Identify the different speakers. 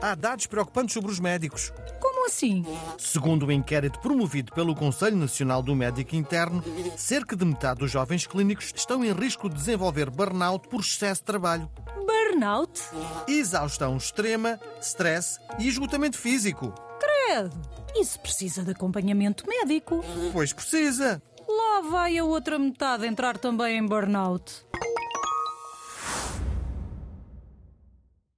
Speaker 1: Há dados preocupantes sobre os médicos.
Speaker 2: Como assim?
Speaker 1: Segundo o inquérito promovido pelo Conselho Nacional do Médico Interno, cerca de metade dos jovens clínicos estão em risco de desenvolver burnout por excesso de trabalho.
Speaker 2: Burnout?
Speaker 1: Exaustão extrema, stress e esgotamento físico.
Speaker 2: Credo! Isso precisa de acompanhamento médico.
Speaker 1: Pois precisa.
Speaker 2: Lá vai a outra metade entrar também em burnout.